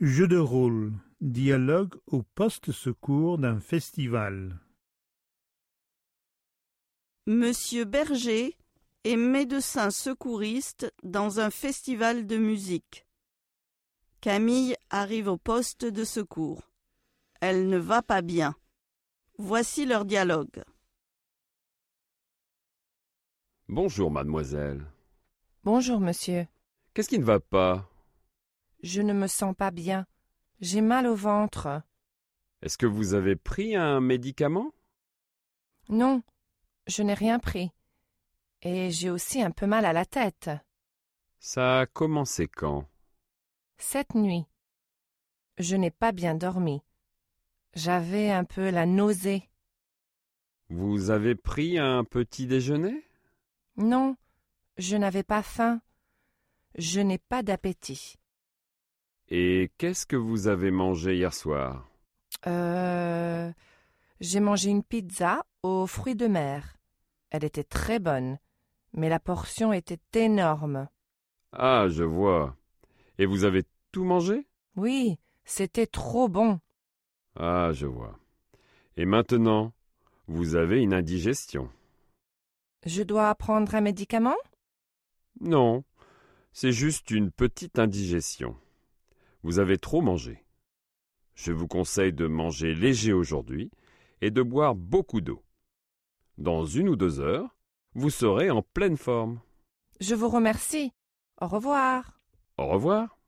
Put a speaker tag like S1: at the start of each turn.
S1: Jeu de rôle. Dialogue au poste secours d'un festival.
S2: Monsieur Berger est médecin secouriste dans un festival de musique. Camille arrive au poste de secours. Elle ne va pas bien. Voici leur dialogue.
S3: Bonjour, mademoiselle.
S4: Bonjour, monsieur.
S3: Qu'est-ce qui ne va pas
S4: Je ne me sens pas bien. J'ai mal au ventre.
S3: Est-ce que vous avez pris un médicament
S4: Non, je n'ai rien pris. Et j'ai aussi un peu mal à la tête.
S3: Ça a commencé quand
S4: Cette nuit, je n'ai pas bien dormi. J'avais un peu la nausée.
S3: Vous avez pris un petit déjeuner
S4: Non, je n'avais pas faim. Je n'ai pas d'appétit.
S3: Et qu'est-ce que vous avez mangé hier soir
S4: Euh. J'ai mangé une pizza aux fruits de mer. Elle était très bonne, mais la portion était énorme.
S3: Ah, je vois. Et vous avez tout mangé
S4: Oui, c'était trop bon.
S3: Ah, je vois. Et maintenant, vous avez une indigestion
S4: Je dois prendre un médicament
S3: Non, c'est juste une petite indigestion. Vous avez trop mangé. Je vous conseille de manger léger aujourd'hui et de boire beaucoup d'eau. Dans une ou deux heures, vous serez en pleine forme.
S4: Je vous remercie. Au revoir.
S3: Au revoir.